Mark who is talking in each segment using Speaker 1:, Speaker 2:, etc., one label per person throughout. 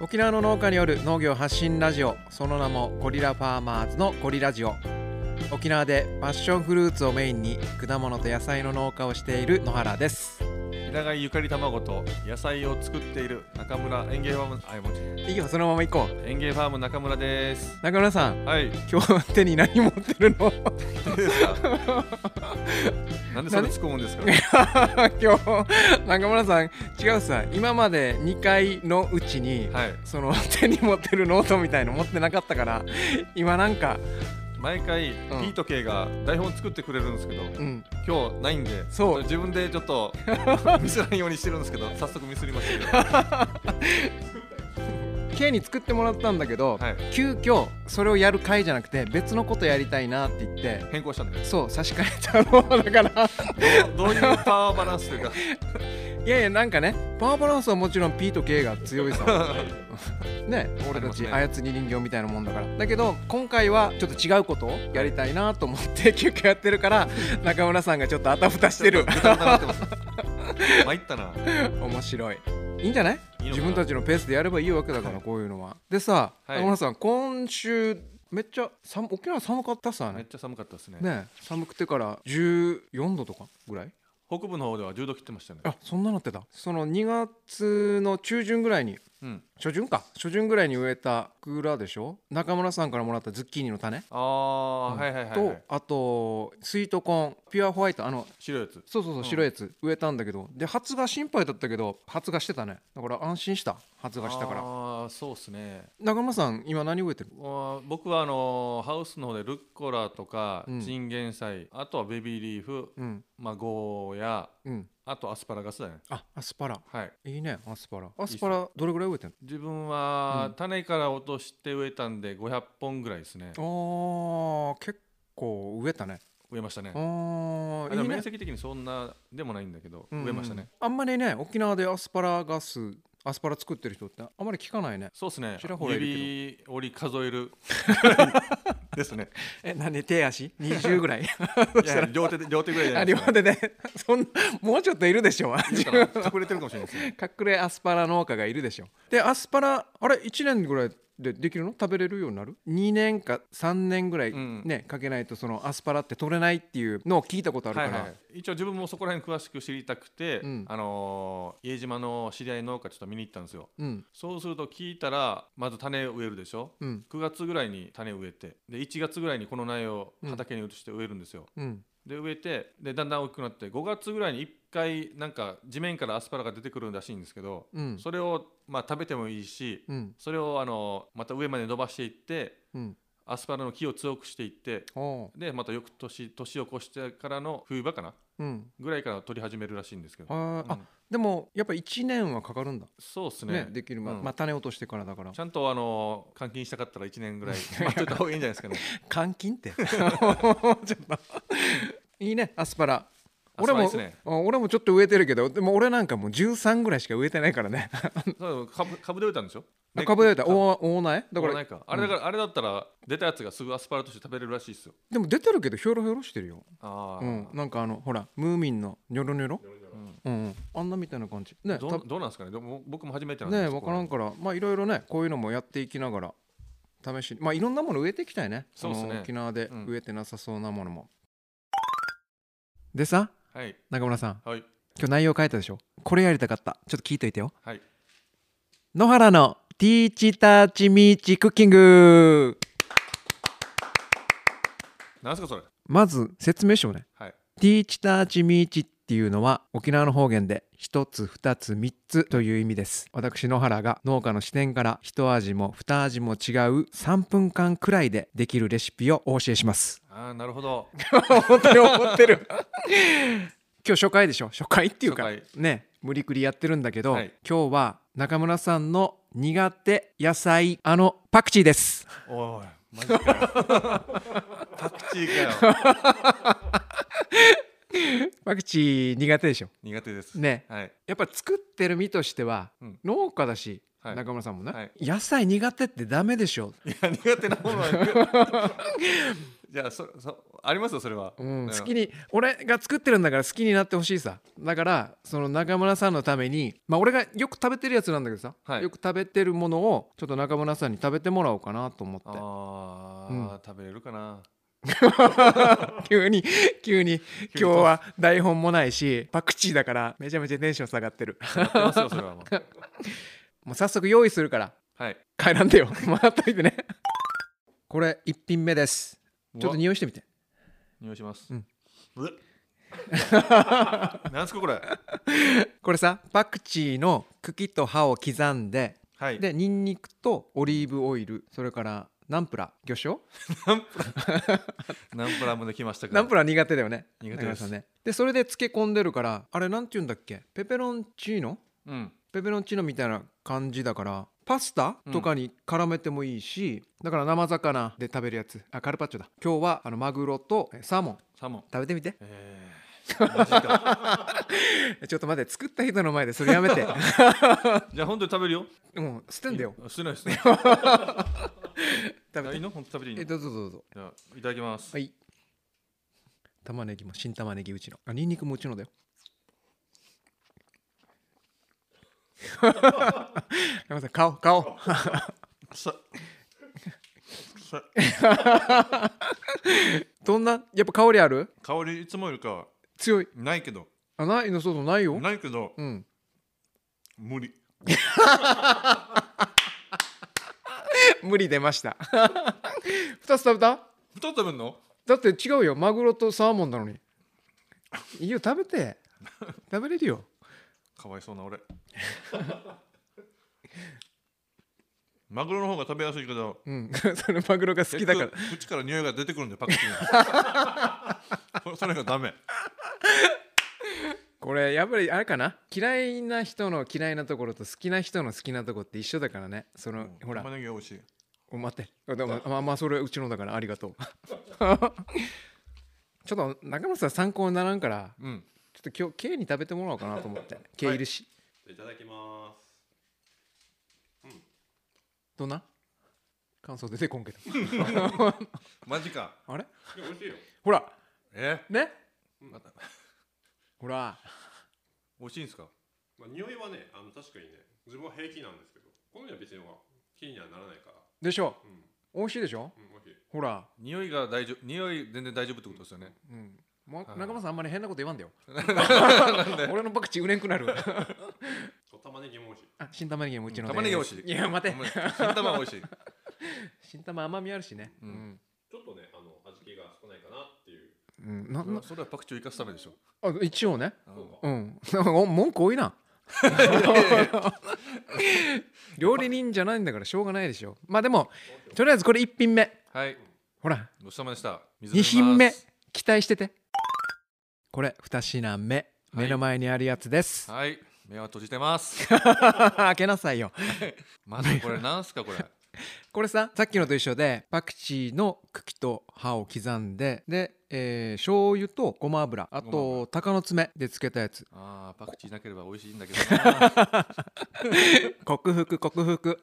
Speaker 1: 沖縄の農家による農業発信ラジオその名もゴリラファーマーズのゴリラジオ沖縄でパッションフルーツをメインに果物と野菜の農家をしている野原です
Speaker 2: 平貝ゆかり卵と野菜を作っている中村園芸ファームあ間違え
Speaker 1: いいよそのまま行こう
Speaker 2: た園芸ファーム中村です
Speaker 1: 中村さん
Speaker 2: はい
Speaker 1: 今日は手に何持ってるの
Speaker 2: 何ですか なんでそれ突っ込むんですか
Speaker 1: 今日中村さん違うさ今まで2回のうちに、
Speaker 2: はい
Speaker 1: その手に持ってるノートみたいの持ってなかったから今なんか
Speaker 2: 毎回、
Speaker 1: うん
Speaker 2: ピート系が台本作ってくれるんですけど
Speaker 1: うん
Speaker 2: 今日ないんで
Speaker 1: そう
Speaker 2: 自分でちょっ とミスらんようにしてるんですけど早速ミスりましたけど
Speaker 1: K に作ってもらったんだけど、
Speaker 2: はい
Speaker 1: 急遽それをやる回じゃなくて別のことやりたいなって言って
Speaker 2: 変更したんで
Speaker 1: そう差し替えたのだから
Speaker 2: どうどういうパワーバランスというか
Speaker 1: いやいやなんかねパワーバランスはもちろん P と K が強いさ ね俺たち
Speaker 2: あ
Speaker 1: 操り人形みたいなもんだからだけど今回はちょっと違うことをやりたいなと思って 急遽やってるから中村さんがちょっとあたふた してる
Speaker 2: ちょっとぐたぐたなってます参っ たな
Speaker 1: 面白いいいんじゃない
Speaker 2: いいのかな
Speaker 1: 自分たちのペースでやればいいわけだから、
Speaker 2: はい
Speaker 1: こういうのはでさ、
Speaker 2: はい
Speaker 1: 中村さん今週めっちゃ寒沖縄寒かったさ
Speaker 2: め
Speaker 1: ね
Speaker 2: っちゃ寒かったですね
Speaker 1: ね寒くてから14度とかぐらい
Speaker 2: 北部の方では10度切ってましたね
Speaker 1: あそんななってたその2月の中旬ぐらいに
Speaker 2: うん
Speaker 1: 初旬か初旬ぐらいに植えたグラでしょ中村さんからもらったズッキーニの種
Speaker 2: ああ、はいはいはい、は
Speaker 1: と
Speaker 2: い、
Speaker 1: あとスイートコーンピュアホワイトあの
Speaker 2: 白いやつ
Speaker 1: そうそうそう
Speaker 2: うん
Speaker 1: 白いやつ植えたんだけどで発芽心配だったけど発芽してたねだから安心した発芽したから
Speaker 2: ああそうですね
Speaker 1: 中村さん今何植えてる
Speaker 2: わー僕はあのーハウスの方でルッコラとか
Speaker 1: うん
Speaker 2: チンゲン菜、あとはベビーリーフ、
Speaker 1: うん
Speaker 2: まあ、ゴーヤ
Speaker 1: うん
Speaker 2: あとアスパラガスだね
Speaker 1: あアスパラ
Speaker 2: はい
Speaker 1: いいねアスパラアスパラどれぐらい植えてる
Speaker 2: 自分
Speaker 1: う
Speaker 2: は
Speaker 1: ん
Speaker 2: 種から落として植えたんで500本ぐらいですね
Speaker 1: のあー結構植えたね
Speaker 2: 植えましたね
Speaker 1: あー
Speaker 2: あで
Speaker 1: い
Speaker 2: も
Speaker 1: いね
Speaker 2: 面積的にそんなでもないんだけど
Speaker 1: うんうん
Speaker 2: 植えましたね
Speaker 1: あんまりね沖縄でアスパラガスアスパラ作ってる人ってあんまり聞かないね
Speaker 2: そうですね
Speaker 1: ちらほらいるけど
Speaker 2: 指折り数え るですね
Speaker 1: え何手足20ぐらい
Speaker 2: いや両手で両手ぐらいじゃな
Speaker 1: あ
Speaker 2: いで
Speaker 1: 両
Speaker 2: すか
Speaker 1: 手で そんなもうちょっといるでしょ
Speaker 2: いるかな隠れてるかもしれないですね
Speaker 1: 隠れアスパラ農家がいるでしょでアスパラあれ1年ぐらいでできるの食べれるようになる2年か3年ぐらい、
Speaker 2: うん
Speaker 1: ねかけないとそのアスパラって取れないっていうのを聞いたことあるか
Speaker 2: は
Speaker 1: ら、
Speaker 2: いはい、一応自分もそこら辺詳しく知りたくて、
Speaker 1: うん
Speaker 2: あのー家島の知り合い農家ちょっと見に行ったんですよ
Speaker 1: うん
Speaker 2: そうすると聞いたらまず種植えるでしょ
Speaker 1: うん
Speaker 2: 9月ぐらいに種植えてで1月ぐらいにこの苗を畑に移して植えるんですよ、
Speaker 1: うん
Speaker 2: で植えてでだんだん大きくなって5月ぐらいに1回なんか地面からアスパラが出てくるらしいんですけど、
Speaker 1: うん
Speaker 2: それをまあ食べてもいいし、
Speaker 1: うん
Speaker 2: それをあのーまた上まで伸ばしていって
Speaker 1: うん
Speaker 2: アスパラの木を強くしていって
Speaker 1: お
Speaker 2: でまた翌年年を越してからの冬場かな
Speaker 1: ううん
Speaker 2: ぐらいから取り始めるらしいんですけど、
Speaker 1: あー、
Speaker 2: う
Speaker 1: あ
Speaker 2: ん
Speaker 1: でもやっぱ1年はかかるんだ
Speaker 2: そうです
Speaker 1: ね
Speaker 2: ね
Speaker 1: できるま,、
Speaker 2: うん
Speaker 1: まあ種落としてからだから
Speaker 2: ちゃんとあの監禁したかったら1年ぐらい待っといた方がいいんじゃな いですかね
Speaker 1: 監禁ってちょっといいねアスパラ
Speaker 2: アスパ
Speaker 1: 俺
Speaker 2: ラいい
Speaker 1: も
Speaker 2: っすね
Speaker 1: あ俺もちょっと植えてるけどでも俺なんかもう13ぐらいしか植えてないから ね
Speaker 2: そう株株で植えたんでしょ
Speaker 1: あ株で植えた
Speaker 2: お
Speaker 1: 大大苗だか
Speaker 2: だかららないかあれだから、あれだったら出たやつがすぐアスパラとして食べれるらしいですよ
Speaker 1: でも出てるけどひょろひょろしてるよ、
Speaker 2: ああ、
Speaker 1: うん、なんかあのほらムーミンのニョロニョロ、
Speaker 2: うん
Speaker 1: うんうん、あんなみたいな感じね
Speaker 2: ど
Speaker 1: た
Speaker 2: うどうなんですかねでも僕も初めてなんです
Speaker 1: ね
Speaker 2: けど
Speaker 1: 分からんからまあいろいろねこういうのもやっていきながら試しにまあいろんなもの植えていきたいね
Speaker 2: そうっすね
Speaker 1: あの沖縄で
Speaker 2: うん
Speaker 1: 植えてなさそうなものも、でさ
Speaker 2: はい
Speaker 1: 中村さん
Speaker 2: はい
Speaker 1: 今日内容変えたでしょこれやりたかったちょっと聞いといてよ
Speaker 2: はい
Speaker 1: 野原のティーチターチミーチクッキング
Speaker 2: なんですかそれ
Speaker 1: まず説明しようね
Speaker 2: はい
Speaker 1: ティーチターチミーチっていうのは沖縄の方言で一つ二つ三つという意味です私野原が農家の視点から一味も二味も違う3分間くらいでできるレシピをお教えします
Speaker 2: ああなるほ ど
Speaker 1: 本当に思ってる今日初回でしょ初回っていうか
Speaker 2: 初
Speaker 1: ね無理くりやってるんだけど、
Speaker 2: はい
Speaker 1: 今日は中村さんの苦手野菜あのパクチー です
Speaker 2: おいマジかよ パクチーかよ
Speaker 1: パクチー苦手でしょ
Speaker 2: 苦手です
Speaker 1: ね
Speaker 2: はい
Speaker 1: やっぱ作ってる身としては、
Speaker 2: うん
Speaker 1: 農家だし、
Speaker 2: はい
Speaker 1: 中村さんもね、
Speaker 2: はい
Speaker 1: 野菜苦手ってダメでしょ
Speaker 2: いや苦手なものはじゃあそそありますよそれは、
Speaker 1: うん、
Speaker 2: うん
Speaker 1: 好きに俺が作ってるんだから好きになってほしいさだからその中村さんのためにまあ俺がよく食べてるやつなんだけどさ、
Speaker 2: はい
Speaker 1: よく食べてるものをちょっと中村さんに食べてもらおうかなと思っ
Speaker 2: ああ、食べれるかな
Speaker 1: て 急に急に今日は台本もないしパクチーだからめちゃめちゃテンション下がってる
Speaker 2: やってますよそれはもう
Speaker 1: もう早速用意するから
Speaker 2: はい
Speaker 1: 帰らんでよ回っといてねこれ一品目ですちょっと
Speaker 2: に
Speaker 1: 匂いしてみて
Speaker 2: 匂いします、
Speaker 1: うん
Speaker 2: うわなんすかこれ
Speaker 1: これさパクチーの茎と葉を刻んで
Speaker 2: はい
Speaker 1: でニンニクとオリーブオイルそれからナンプラ魚醤
Speaker 2: ナンプラーもできましたから
Speaker 1: ナンプラー苦手だよね
Speaker 2: 苦手です
Speaker 1: 中村さんねでそれで漬け込んでるからあれなんて言うんだっけペペロンチーノ
Speaker 2: うん
Speaker 1: ペペロンチーノみたいな感じだからパスタとかに絡めてもいいし、だから生魚で食べるやつあカルパッチョだ今日はあのマグロとえサーモン
Speaker 2: サーモン
Speaker 1: 食べてみて
Speaker 2: えー、マジか
Speaker 1: えちょっと待って作った人の前でそれやめて
Speaker 2: じゃあ本当に食べるよ
Speaker 1: もう捨てんだよ
Speaker 2: してないですね
Speaker 1: 食べ
Speaker 2: いい
Speaker 1: て
Speaker 2: の本当食べていい
Speaker 1: え
Speaker 2: の
Speaker 1: どうぞどうぞ
Speaker 2: じゃあいただきます、
Speaker 1: はい玉ねぎも新玉ねぎうちのあニンニクもうちのだよ 山田さん顔顔
Speaker 2: ささ
Speaker 1: どんなやっぱ香りある
Speaker 2: 香りいつもよりかは
Speaker 1: 強い
Speaker 2: ないけど
Speaker 1: あないのそうそうないよ
Speaker 2: ないけど
Speaker 1: うん
Speaker 2: 無理
Speaker 1: 無理出ました二つ食べた
Speaker 2: 太食べんの
Speaker 1: だって違うよマグロとサーモンなのにいいよ食べて食べれるよ
Speaker 2: かわいそうな俺 マグロの方が食べやすいけど
Speaker 1: うん それマグロが好きだから
Speaker 2: 結局口から匂いが出てくるんでパクチ ーのそそれがダメ
Speaker 1: これやっぱりあれかな嫌いな人の嫌いなところと好きな人の好きなところって一緒だからねその、ほら
Speaker 2: 玉ねぎが美味しい
Speaker 1: お待ってあでもまあまあそれはうちのだからありがとう ちょっと中村さん参考にならんから
Speaker 2: うん
Speaker 1: ちょっと今日 K に食べてもらおうかなと思って K いるし、
Speaker 3: いただきます
Speaker 1: どんな感想出てこんけど
Speaker 2: マジか
Speaker 1: あれ
Speaker 3: いや美味しいよ
Speaker 1: ほら
Speaker 2: え
Speaker 1: ね
Speaker 2: また
Speaker 1: ほら
Speaker 2: 美味しいんですか
Speaker 3: まあ匂いはねあの確かにね自分は平気なんですけど好みは別には気にはならないから
Speaker 1: でしょ
Speaker 3: うん
Speaker 1: 美味しいでしょ
Speaker 3: うん美味しい
Speaker 1: ほら、
Speaker 2: 匂いが大丈夫匂い全然大丈夫ってことですよね
Speaker 1: うんもう
Speaker 2: はい
Speaker 1: 中村さんあんまり変なこと言わんだよ 俺のパクチー売れんくなる
Speaker 3: そう玉ねぎも美味しい
Speaker 1: あ新玉ねぎもうちので
Speaker 2: 玉ねぎ美味しい
Speaker 1: いや待て
Speaker 2: ごめん新玉美味 しい
Speaker 1: 新玉甘みあるしね。
Speaker 2: うん
Speaker 1: ん。
Speaker 3: ちょっとねあの味気が少ないかなっていう
Speaker 1: うん、なな
Speaker 2: それはパクチーを生かすためでしょ
Speaker 1: あ一応ね。
Speaker 2: う
Speaker 3: そうんか
Speaker 1: うん。お文句多いな。料理人じゃないんだからしょうがないでしょ。まあでもとりあえずこれ一品目。
Speaker 2: はい
Speaker 1: ほら
Speaker 2: ごちそうさまでした水飲
Speaker 1: 二
Speaker 2: みます
Speaker 1: 品目期待してて。これ二品目
Speaker 2: はい
Speaker 1: 目の前にあるやつです。
Speaker 2: はい目は閉じてます
Speaker 1: 開けなさいよ。
Speaker 2: まずこれなんすかこれ
Speaker 1: これささっきのと一緒でパクチーの茎と葉を刻んでで、えー、醤油とごま油あ
Speaker 2: ごま
Speaker 1: と鷹の爪で漬けたやつ
Speaker 2: あーパクチーなければ美味しいんだけ どな
Speaker 1: 克服克服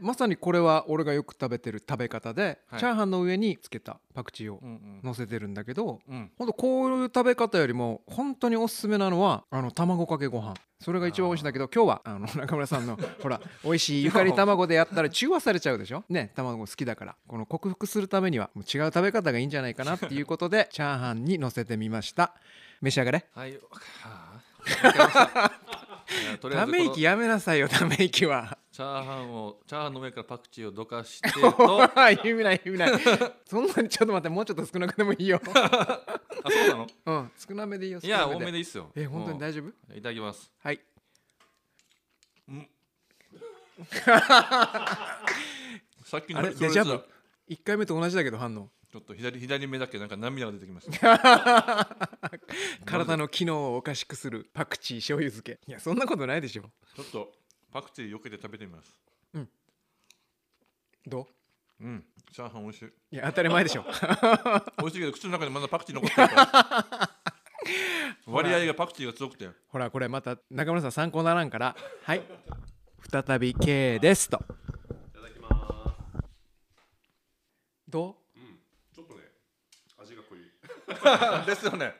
Speaker 1: まさにこれは俺がよく食べてる食べ方で、
Speaker 2: はい
Speaker 1: チャーハンの上につけたパクチーを
Speaker 2: うんうん
Speaker 1: 乗せてるんだけど
Speaker 2: うん
Speaker 1: ほんとこういう食べ方よりも本当におすすめなのはあの卵かけご飯それが一番美味しいんだけど今日はあの中村さんのほら美味しいゆかり卵でやったら中和されちゃうでしょね卵好きだからこの克服するためにはもう違う食べ方がいいんじゃないかなっていうことで チャーハンに乗せてみました召し上がれ
Speaker 2: はいはあわかりました いやとりあえ
Speaker 1: た
Speaker 2: ず
Speaker 1: め
Speaker 2: この
Speaker 1: 息やめなさいよ ため息は。
Speaker 2: チャーハンをチャーハンの上からパクチーをどかして
Speaker 1: お
Speaker 2: とあ
Speaker 1: い意味ない意味ない そんなにちょっと待ってもうちょっと少なくてもいいよ
Speaker 2: そうな の
Speaker 1: うん少なめでいいよ
Speaker 2: いや
Speaker 1: 少な
Speaker 2: 多めでいいっすよ
Speaker 1: え本当に大丈夫
Speaker 2: もういただきます
Speaker 1: はい
Speaker 2: さっき
Speaker 1: あ
Speaker 2: の
Speaker 1: れ
Speaker 2: 強
Speaker 1: デ
Speaker 2: 烈
Speaker 1: ジ
Speaker 2: だ
Speaker 1: ャブ1回目と同じだけど反応
Speaker 2: ちょっと左左目だけなんか涙が出てき ました
Speaker 1: 体の機能をおかしくするパクチー醤油漬けいやそんなことないでしょ
Speaker 2: ちょっとパクチー避けて食べてみます
Speaker 1: ど
Speaker 2: うんチャーハン美味 しい
Speaker 1: ういや当たり前でしょ
Speaker 2: 美味しいけど口の中でまだパクチー残ってるから 割合がパクチーが強くて
Speaker 1: ほらこれまた中村さん参考ならんからはい再び K ですと
Speaker 3: いただきます
Speaker 1: ど
Speaker 3: うんちょっとね
Speaker 2: ですよね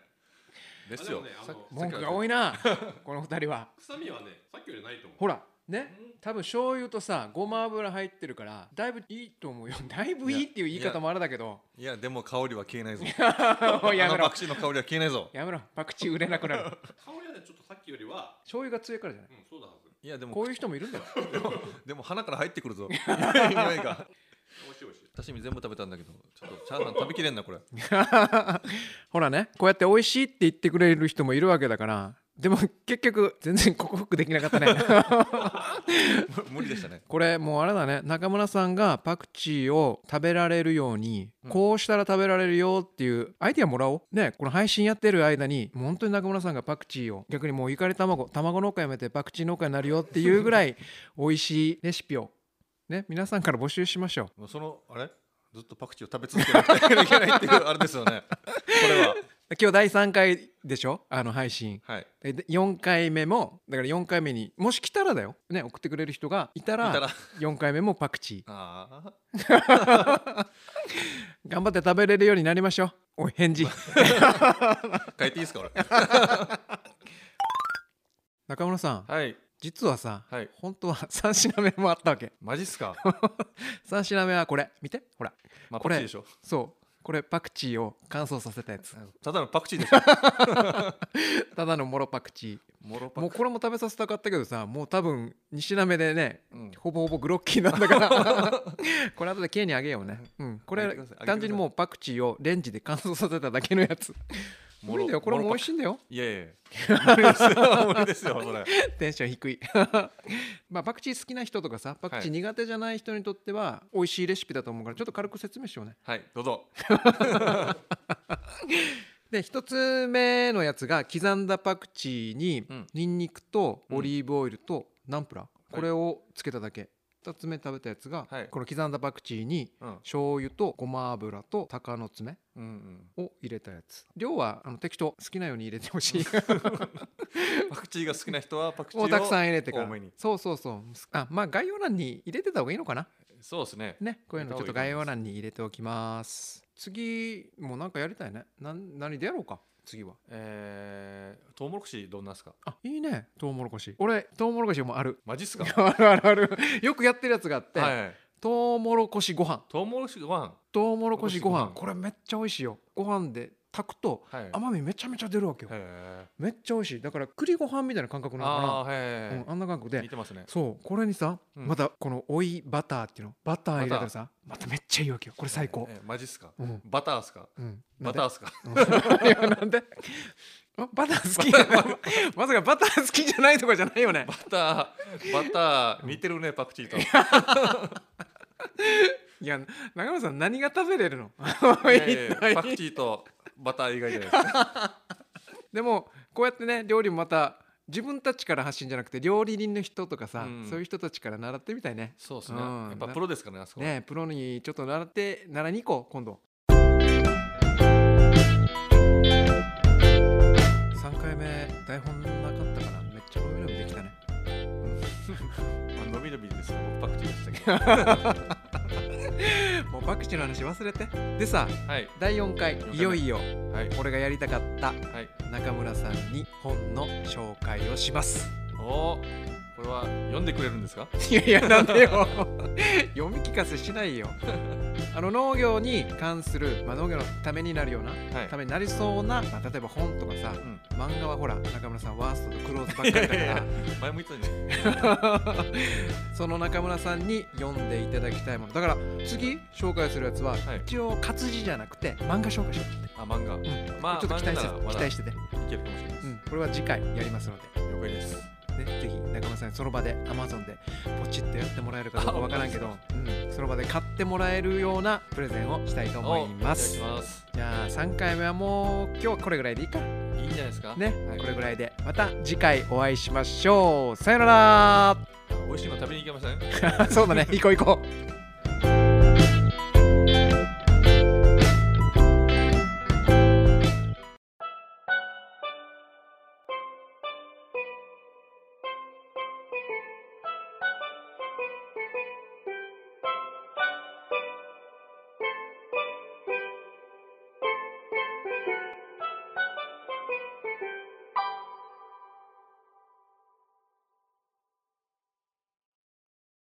Speaker 2: ですよ
Speaker 3: あでもねあの
Speaker 2: さ
Speaker 1: 文句が多い なこの二人は
Speaker 3: 臭みはねさっきよりないと思う
Speaker 1: ほらね多分醤油とさごま油入ってるからだいぶいいと思うよ だいぶいいっていう言い方もあれだけど
Speaker 2: いやでも香りは消えないぞ
Speaker 1: もう やめ
Speaker 2: あの
Speaker 1: ろ
Speaker 2: パクチーの香りは消えないぞ
Speaker 1: やめろパクチー売れなくなる
Speaker 3: 香りはねちょっとさっきよりは
Speaker 1: 醤油が強いからじゃない
Speaker 3: うんそうだはず
Speaker 2: いやで
Speaker 1: こ
Speaker 2: も
Speaker 1: ういう人もいるんだよ
Speaker 2: でも鼻から入ってくるぞ匂いが
Speaker 3: 美味しい美味しい
Speaker 2: 刺身全部食べたんだけどちょっとチャーハン食べきれんなこれ
Speaker 1: ほらねこうやって美味しいって言ってくれる人もいるわけだからでも結局全然克服できなかったね
Speaker 2: 無理でしたね
Speaker 1: これもうあれだね中村さんがパクチーを食べられるように、
Speaker 2: うん
Speaker 1: こうしたら食べられるよっていうアイディアもらおうねこの配信やってる間にもう本当に中村さんがパクチーを逆にもうゆかり卵卵農家やめてパクチー農家になるよっていうぐら い美味しいレシピをね皆さんから募集しましょう
Speaker 2: もうそのあれずっとパクチーを食べ続けなきゃいけないっていうあれですよねこれは
Speaker 1: 今日第3回でしょあの配信
Speaker 2: はい
Speaker 1: えで4回目もだから4回目にもし来たらだよ、ね、送ってくれる人がいた
Speaker 2: 見たら
Speaker 1: ら4回目もパクチ
Speaker 2: ああ
Speaker 1: ー頑張って食べれるようになりましょうおい返事
Speaker 2: 書いていいですか俺
Speaker 1: 中村さん
Speaker 2: はい
Speaker 1: 実はさ、
Speaker 2: はい
Speaker 1: 本当は3品目もあったわけ
Speaker 2: マジっすか、
Speaker 1: 3品目はこれ見てほら
Speaker 2: まあ、
Speaker 1: こ
Speaker 2: パ
Speaker 1: れ
Speaker 2: クチーでしょ
Speaker 1: そうこれパクチーを乾燥させたやつ
Speaker 2: ただのパクチーでしょ
Speaker 1: ただのもろパクチ
Speaker 2: モロパ
Speaker 1: ー
Speaker 2: ク
Speaker 1: もうこれも食べさせたかったけどさもう多分2品目でね
Speaker 2: うん
Speaker 1: ほぼほぼグロッキーなんだから これ後で K にあげようね、うん、こ
Speaker 2: あ
Speaker 1: れ
Speaker 2: げてくださいあげてください
Speaker 1: 単純にもうパクチーをレンジで乾燥させただけのやつ無理だよこれも美味
Speaker 2: い
Speaker 1: しいんだよ
Speaker 2: いやいやいや無理ですよ無理ですよそれ
Speaker 1: テンション低い まあパクチー好きな人とかさパクチー
Speaker 2: は
Speaker 1: 苦手じゃない人にとっては美味しいレシピだと思うからちょっと軽く説明しようね
Speaker 2: はいどうぞ
Speaker 1: で一つ目のやつが刻んだパクチーに
Speaker 2: うん
Speaker 1: ニンニクとオリーブオイルとナンプラー
Speaker 2: い
Speaker 1: これをつけただけ二つ目食べたやつが
Speaker 2: はい
Speaker 1: この刻んだパクチーに
Speaker 2: うん
Speaker 1: 醤油とごま油と鷹の爪
Speaker 2: うんうん
Speaker 1: を入れたやつ量はあの適当好きなように入れてほ しい
Speaker 2: パクチーが好きな人はパクチー
Speaker 1: も
Speaker 2: を
Speaker 1: うたくさん入れてから
Speaker 2: 多めに
Speaker 1: そうそうそうあまあ概要欄に入れてた方がいいのかな
Speaker 2: そうですね
Speaker 1: ね、こういうのちょっと概要欄に入れておきます。次もなんかやりたいね。なん何でやろうか。次は。
Speaker 2: えー、トウモロコシどんなっすか
Speaker 1: あ、いいね。トウモロコシ。俺トウモロコシもある。
Speaker 2: マジっすか
Speaker 1: あるあるある。よくやってるやつがあって、
Speaker 2: はい
Speaker 1: トウモロコシご飯。
Speaker 2: トウモロコシご飯
Speaker 1: トウモロコシご飯。
Speaker 2: トウモロコシご飯
Speaker 1: これめっちゃ美味しいよ。ご飯で炊くと
Speaker 2: はい
Speaker 1: 甘みめちゃめちゃ出るわけよ。
Speaker 2: へ
Speaker 1: めっちゃ美味しい。だから栗ご飯みたいな感覚
Speaker 2: ー
Speaker 1: なのかな。
Speaker 2: あーへ
Speaker 1: うん、あんな感覚
Speaker 2: え
Speaker 1: で
Speaker 2: 似。てますね
Speaker 1: そうこれにさ、
Speaker 2: うん
Speaker 1: またこの追いバターっていうのバター入れたらさまためっちゃいいわけよこれ最高、
Speaker 2: えーマジっすか
Speaker 1: うん
Speaker 2: バターっすか
Speaker 1: うん、
Speaker 2: バターっすか
Speaker 1: いやなんであバター好き まさかバター好きじゃないとかじゃないよね
Speaker 2: バターバター似てるねパクチーと
Speaker 1: いや中村さん何が食べれるの
Speaker 2: い やいやいや
Speaker 1: 一体
Speaker 2: パクチーとバター以外じゃな いですか
Speaker 1: でもこうやってね料理もまた自分たちから発信じゃなくて料理人の人とかさ、
Speaker 2: うん
Speaker 1: そういう人たちから習ってみたいね
Speaker 2: そうですね
Speaker 1: うん
Speaker 2: やっぱプロですからねあそこは
Speaker 1: ねえプロにちょっと習って習いに行こう今度3回目台本なかったからめっちゃ伸び伸びできたね
Speaker 2: まあ伸び伸びですよ僕パクチーでしたけど
Speaker 1: もうパクチーの話忘れてでさ
Speaker 2: はい
Speaker 1: 第4回
Speaker 2: 四回目
Speaker 1: いよいよ
Speaker 2: はい
Speaker 1: 俺がやりたかった
Speaker 2: はい
Speaker 1: 中村さんに本の紹介をします
Speaker 2: おーこれは読んでくれるんですか
Speaker 1: いやいやなんでよ 読み聞かせし ないよあの農業に関する、まあ、農業のためになるような
Speaker 2: はい
Speaker 1: ためになりそうな、まあ、例えば本とかさ
Speaker 2: うん
Speaker 1: 漫画はほら中村さんワーストとクローズばっかりだか
Speaker 2: いやい やい
Speaker 1: ら
Speaker 2: や前も言ってたね
Speaker 1: その中村さんに読んでいただきたいものだから次紹介するやつは、
Speaker 2: はい
Speaker 1: 一応活字じゃなくて漫画紹介しよ
Speaker 2: あ漫画
Speaker 1: うって、うん
Speaker 2: まあ
Speaker 1: ちょっと期待して
Speaker 2: 漫画ならま
Speaker 1: 期
Speaker 2: だ
Speaker 1: 待してて、
Speaker 2: いけるかもしれないで
Speaker 1: う
Speaker 2: す、
Speaker 1: ん、これは次回やりますので
Speaker 2: 了解です
Speaker 1: ね、ぜひ中村さんにその場で Amazon でポチッとやってもらえるかどうか
Speaker 2: あ
Speaker 1: わからんけど、うん、その場で買ってもらえるようなプレゼンをしたいと思います
Speaker 2: おいただきます
Speaker 1: じゃあ3回目はもう今日はこれぐらいでいいかね、
Speaker 2: いいんじゃないですかはい、
Speaker 1: これぐらいでまた次回お会いしましょうさよなら
Speaker 2: 美味しいの食べに行きましたね
Speaker 1: そうだね行こう行こう